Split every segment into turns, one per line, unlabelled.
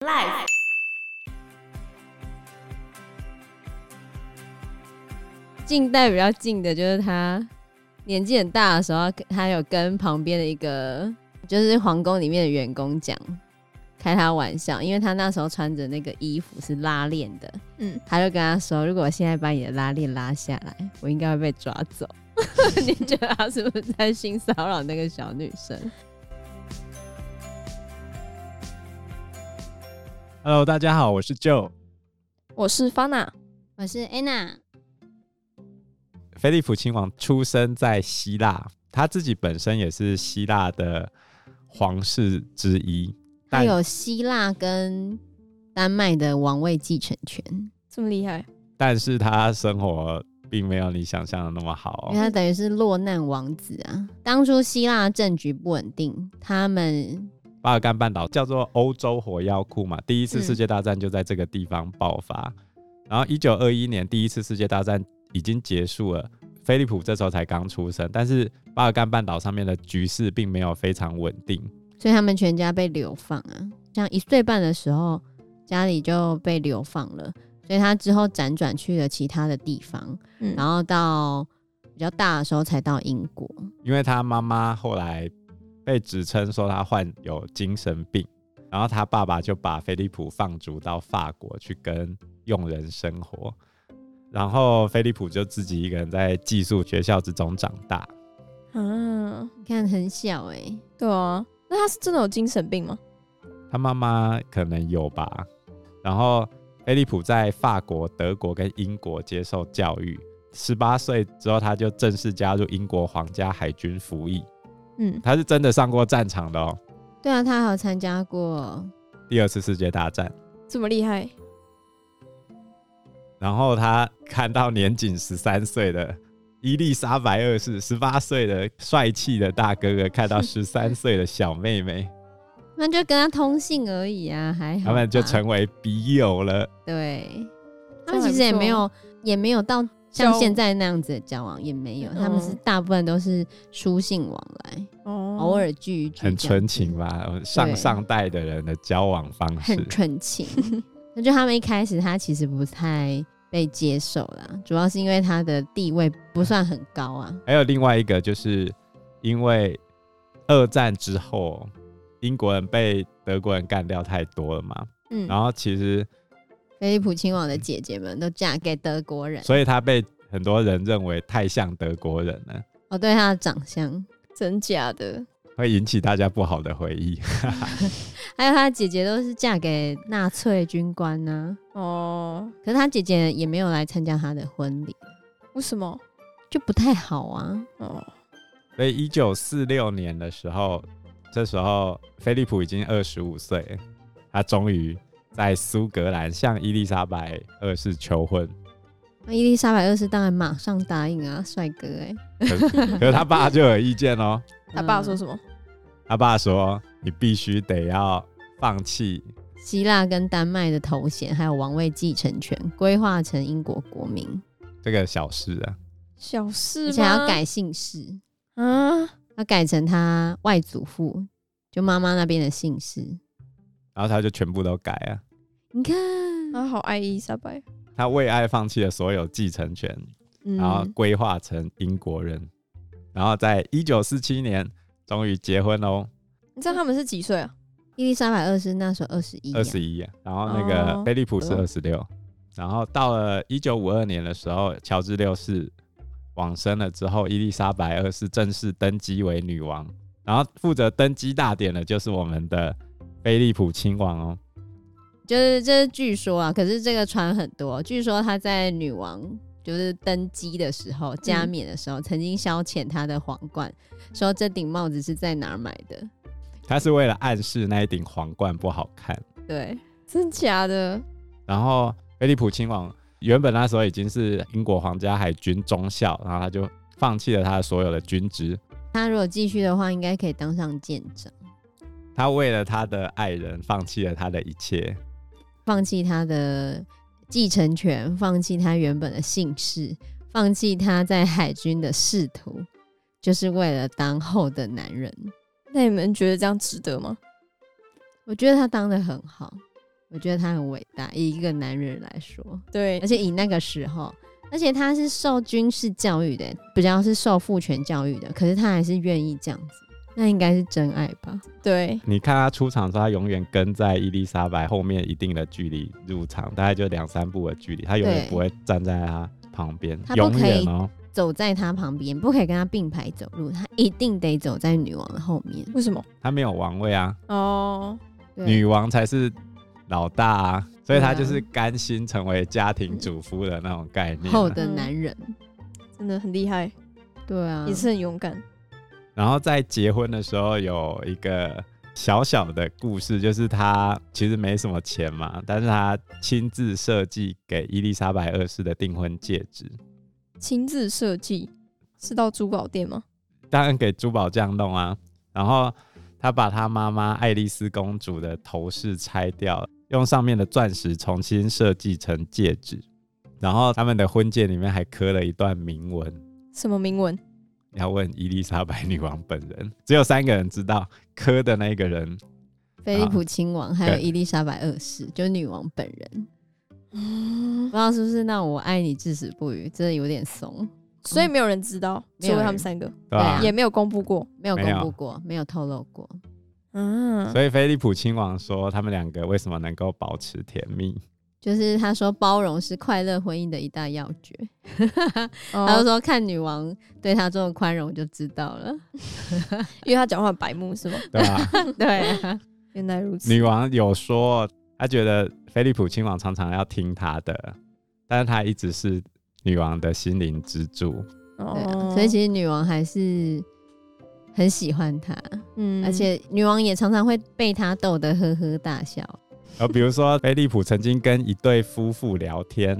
Life。
近代比较近的就是他年纪很大的时候，他有跟旁边的一个就是皇宫里面的员工讲，开他玩笑，因为他那时候穿着那个衣服是拉链的，
嗯，
他就跟他说，如果我现在把你的拉链拉下来，我应该会被抓走。 你觉得他是不是在性骚扰那个小女生？
Hello，大家好，我是 Joe。
我是 Fana，
我是 Anna，
菲利普亲王出生在希腊，他自己本身也是希腊的皇室之一。
他有希腊跟丹麦的王位继承权。
这么厉害，
但是他生活并没有你想象的那么好、
因为他等于是落难王子啊。当初希腊政局不稳定，他们
巴尔干半岛叫做欧洲火药库嘛，第一次世界大战就在这个地方爆发。然后一九二一年第一次世界大战已经结束了，菲利普这时候才刚出生，但是巴尔干半岛上面的局势并没有非常稳定。
所以他们全家被流放啊。像一岁半的时候，家里就被流放了，所以他之后辗转去了其他的地方，
嗯，
然后到比较大的时候才到英国。
因为他妈妈后来被指称说他患有精神病，然后他爸爸就把菲利普放逐到法国去跟佣人生活，然后菲利普就自己一个人在寄宿学校之中长大。
啊，
你看很小哎、
对啊，那他是真的有精神病吗？
他妈妈可能有吧，然后菲利普在法国、德国跟英国接受教育。十八岁之后，他就正式加入英国皇家海军服役。
嗯，
他是真的上过战场的哦，
对啊，他还有参加过，
第二次世界大战。
这么厉害，
然后他看到年仅十三岁的伊丽莎白二世，十八岁的帅气的大哥 哥，看到十三岁的小妹妹，
那就跟他通信而已啊，还好吧。
他们就成为笔友了。
对，
这
他
样
们其实
还
也
不错
没有也没有到
交
像现在那样子的交往，也没有，他们是
嗯
大部分都是书信往来，
哦
偶尔聚一聚，
很纯 情，吧？上上代的人的交往方式
很，纯情。那就他们一开始他其实不太被接受啦，主要是因为他的地位不算很高啊。
还有另外一个，就是因为二战之后，英国人被德国人干掉太多了嘛，
嗯
然后其实
菲利普亲王的姐姐们都嫁给德国人，
所以他被很多人认为太像德国人了，
哦，对他的长相，
真假的，
会引起大家不好的回忆。
还有他的姐姐都是嫁给纳粹军官呐、
哦，
可是他姐姐也没有来参加他的婚礼，
为什么？
就不太好啊。
哦，
所以一九四六年的时候，这时候菲利普已经二十五岁，他终于在苏格兰向伊丽莎白二世求婚。
那伊丽莎白二世当然马上答应啊，帅哥哎、
可是他爸就有意见哦，
他爸说什么？
嗯
他爸说：“你必须得要放弃。
希腊跟丹麦的头衔还有王位继承权规划成英国国民，”
这个小事啊，
小事
而
吗
且还要改姓氏，
啊，
要改成他外祖父就妈妈那边的姓氏。
然后他就全部都改啊，
你看，
他好爱伊丽莎白，
他为爱放弃了所有继承权，
嗯
然后规划成英国人，然后在一九四七年终于结婚哦喽。
你知道他们是几岁啊？
伊丽莎白二世那时候二十一，啊
二十一，然后那个
哦
菲利普是
嗯
二十六，然后到了一九五二年的时候，乔治六世往生了之后，伊丽莎白二世正式登基为女王，然后负责登基大典的就是我们的菲利普亲王哦，
就是这是据说啊，可是这个传很多。据说他在女王就是登基的时候，加冕的时候，曾经消遣他的皇冠，说这顶帽子是在哪儿买的。
他是为了暗示那一顶皇冠不好看，
对，
真假的？
然后菲利普亲王原本那时候已经是英国皇家海军中校，然后他就放弃了他所有的军职，
他如果继续的话，应该可以当上舰长，
他为了他的爱人放弃了他的一切。
放弃他的继承权，放弃他原本的姓氏，放弃他在海军的仕途，就是为了当后的男人。
那你们觉得这样值得吗？
我觉得他当的很好，我觉得他很伟大，以一个男人来说，
对
而，且以那个时候，而且他是受军事教育的，比较是受父权教育的，可是他还是愿意这样子，那应该是真爱吧？
对，
你看他出场的时候，他永远跟在伊丽莎白后面一定的距离入场，大概就两三步的距离，他永远
对
不会站在他旁边，
他不
永
可以
远哦、
走在他旁边，不可以跟他并排走路，他一定得走在女王的后面。
为什么？
他没有王位啊，
哦，
对
女王才是老大啊，所以他就
对
是
啊
甘心成为家庭主夫的那种概念啊、
后的男人，
真的很厉害，
对啊，
也是很勇敢。
然后在结婚的时候有一个小小的故事，就是他其实没什么钱嘛，但是他亲自设计给伊丽莎白二世的订婚戒指，
亲自设计是到珠宝店吗？
当然给珠宝匠弄啊。然后他把他妈妈爱丽丝公主的头饰拆掉，用上面的钻石重新设计成戒指。然后他们的婚戒里面还刻了一段铭文，
什么铭文？
要问伊丽莎白女王本人，只有三个人知道，刻的那个人
菲利普亲王，还有
对
伊丽莎白二世，就是女王本人。
嗯
不知道是不是那我爱你至死不渝，真的有点怂，
所以没有人知道，
没
除
有人
了他们三个，
对
对吧、
啊
也没有公布过。
没有
没有
公布过，没有透露过。
嗯，
所以菲利普亲王说，他们两个为什么能够保持甜蜜？
就是他说包容是快乐婚姻的一大要诀，他
他
就说看女王对他这种宽容就知道了。
因为他讲话很白目是吗？
对吧、
对啊，
原来如此。
女王有说，她觉得菲利普亲王常常要听她的，但是她一直是女王的心灵支柱。
对啊
哦，
所以其实女王还是很喜欢他，
嗯
而且女王也常常会被他逗得呵呵大笑。
然后比如说，菲利普曾经跟一对夫妇聊天，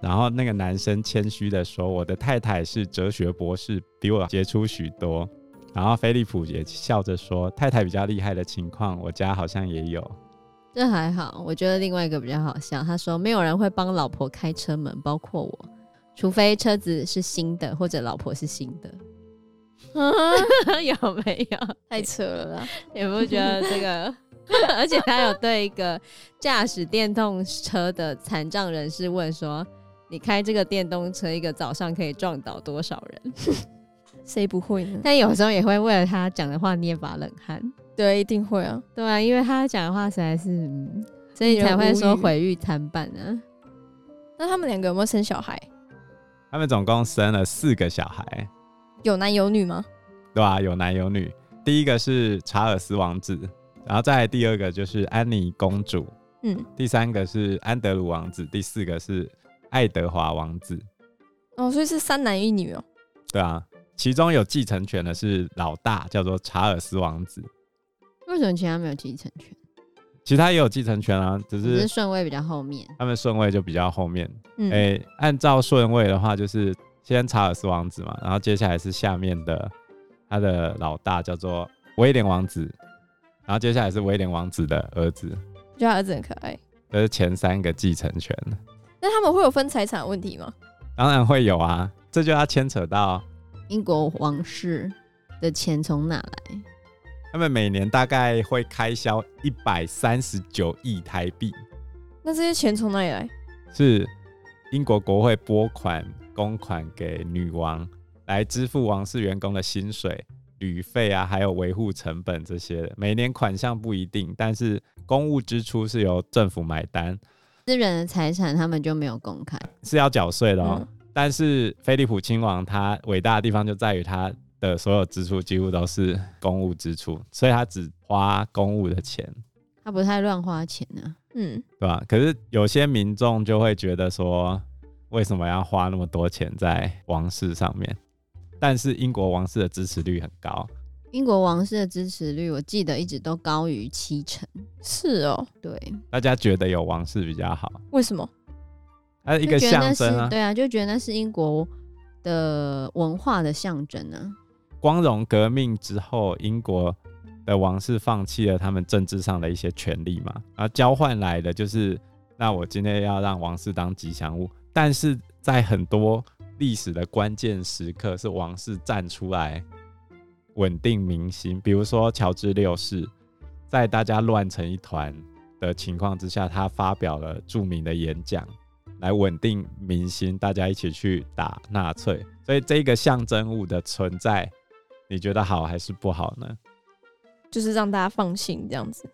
然后那个男生谦虚的说：“我的太太是哲学博士，比我杰出许多。”然后菲利普也笑着说：“太太比较厉害的情况，我家好像也有。
这还好，我觉得另外一个比较好笑。他说没有人会帮老婆开车门，包括我，除非车子是新的或者老婆是新的。 有没有？
太扯了啦。
也不觉得这个， 而且他有对一个驾驶电动车的残障人士问说：“你开这个电动车，一个早上可以撞倒多少人
谁不会？”呢？
但有时候也会为了他讲的话捏把冷汗。
对，一定会啊。
对啊，因为他讲的话实在是，嗯所以才会说毁誉参半啊。
那他们两个有没有生小孩？”
他们总共生了四个小孩，
有男有女吗？
对吧、有男有女。第一个是查尔斯王子，然后再来第二个就是安妮公主，
嗯，
第三个是安德鲁王子，第四个是爱德华王子，
哦，所以是三男一女哦。
对啊。其中有继承权的是老大，叫做查尔斯王子。
为什么其他没有继承权？
其他也有继承权啊，只
只是
是
顺位比较后面。
他们顺位就比较后面。
嗯，
诶、按照顺位的话，就是先查尔斯王子嘛，然后接下来是下面的他的老大叫做威廉王子，然后接下来是威廉王子的儿子，
我觉得他儿子很可爱。
这是前三个继承权。
那他们会有分财产的问题吗？
当然会有啊，这就要牵扯到
英国王室的钱从哪来？
他们每年大概会开销一百三十九亿台币，
那这些钱从哪里来？
是英国国会拨款公款给女王，来支付王室员工的薪水、旅费啊，还有维护成本这些的。每年款项不一定，但是公务支出是由政府买单，
私人的财产他们就没有公开。
是要缴税的哦。
嗯
但是菲利普亲王他伟大的地方就在于他的所有支出几乎都是公务支出，所以他只花公务的钱。
他不太乱花钱啊。
嗯，
对吧、可是有些民众就会觉得说，为什么要花那么多钱在王室上面？但是英国王室的支持率很高，
英国王室的支持率，我记得一直都高于七成。
是哦。
对，
大家觉得有王室比较好，
为什么？
它是一个
就觉得那
象
是
征啊，
对啊，就觉得那是英国的文化的象征啊。
光荣革命之后，英国的王室放弃了他们政治上的一些权利嘛，然后交换来的就是，那我今天要让王室当吉祥物，但是在很多历史的关键时刻，是王室站出来稳定民心，比如说乔治六世，在大家乱成一团，的情况之下，他发表了著名的演讲，来稳定民心，大家一起去打纳粹。所以这个象征物的存在，你觉得好还是不好呢？
就是让大家放心这样子。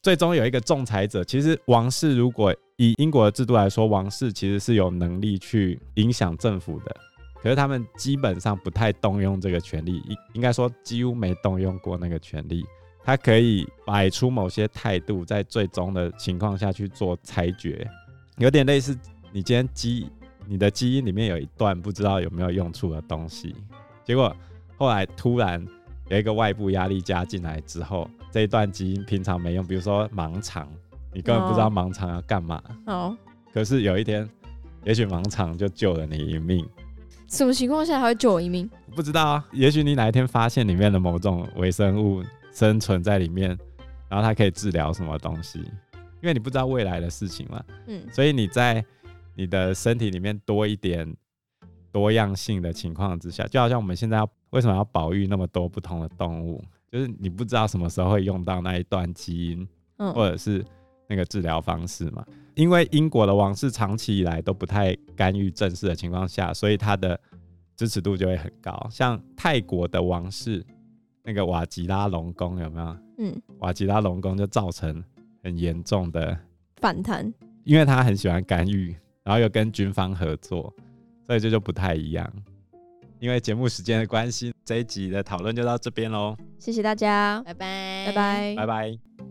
最终有一个仲裁者。其实王室如果以英国的制度来说，王室其实是有能力去影响政府的，可是他们基本上不太动用这个权利，应应该说几乎没动用过那个权利。他可以摆出某些态度，在最终的情况下去做裁决，有点类似你今天基你的基因里面有一段不知道有没有用处的东西，结果后来突然有一个外部压力加进来之后，这一段基因平常没用，比如说盲肠，你根本不知道盲肠要干嘛，
好，
可是有一天，也许盲肠就救了你一命，
什么情况下还会救我一命？
不知道啊，也许你哪一天发现里面的某种微生物生存在里面，然后它可以治疗什么东西，因为你不知道未来的事情嘛，
嗯，
所以你在你的身体里面多一点多样性的情况之下，就好像我们现在要为什么要保育那么多不同的动物，就是你不知道什么时候会用到那一段基因，
嗯
或者是那个治疗方式嘛。因为英国的王室长期以来都不太干预政事的情况下，所以它的支持度就会很高。像泰国的王室，那个瓦吉拉龙宫有没有？
嗯，
瓦吉拉龙宫就造成很严重的，
反弹，
因为他很喜欢干预，然后又跟军方合作，所以这就不太一样。因为节目时间的关系，这一集的讨论就到这边喽，
谢谢大家，
拜拜，
拜。拜
拜拜。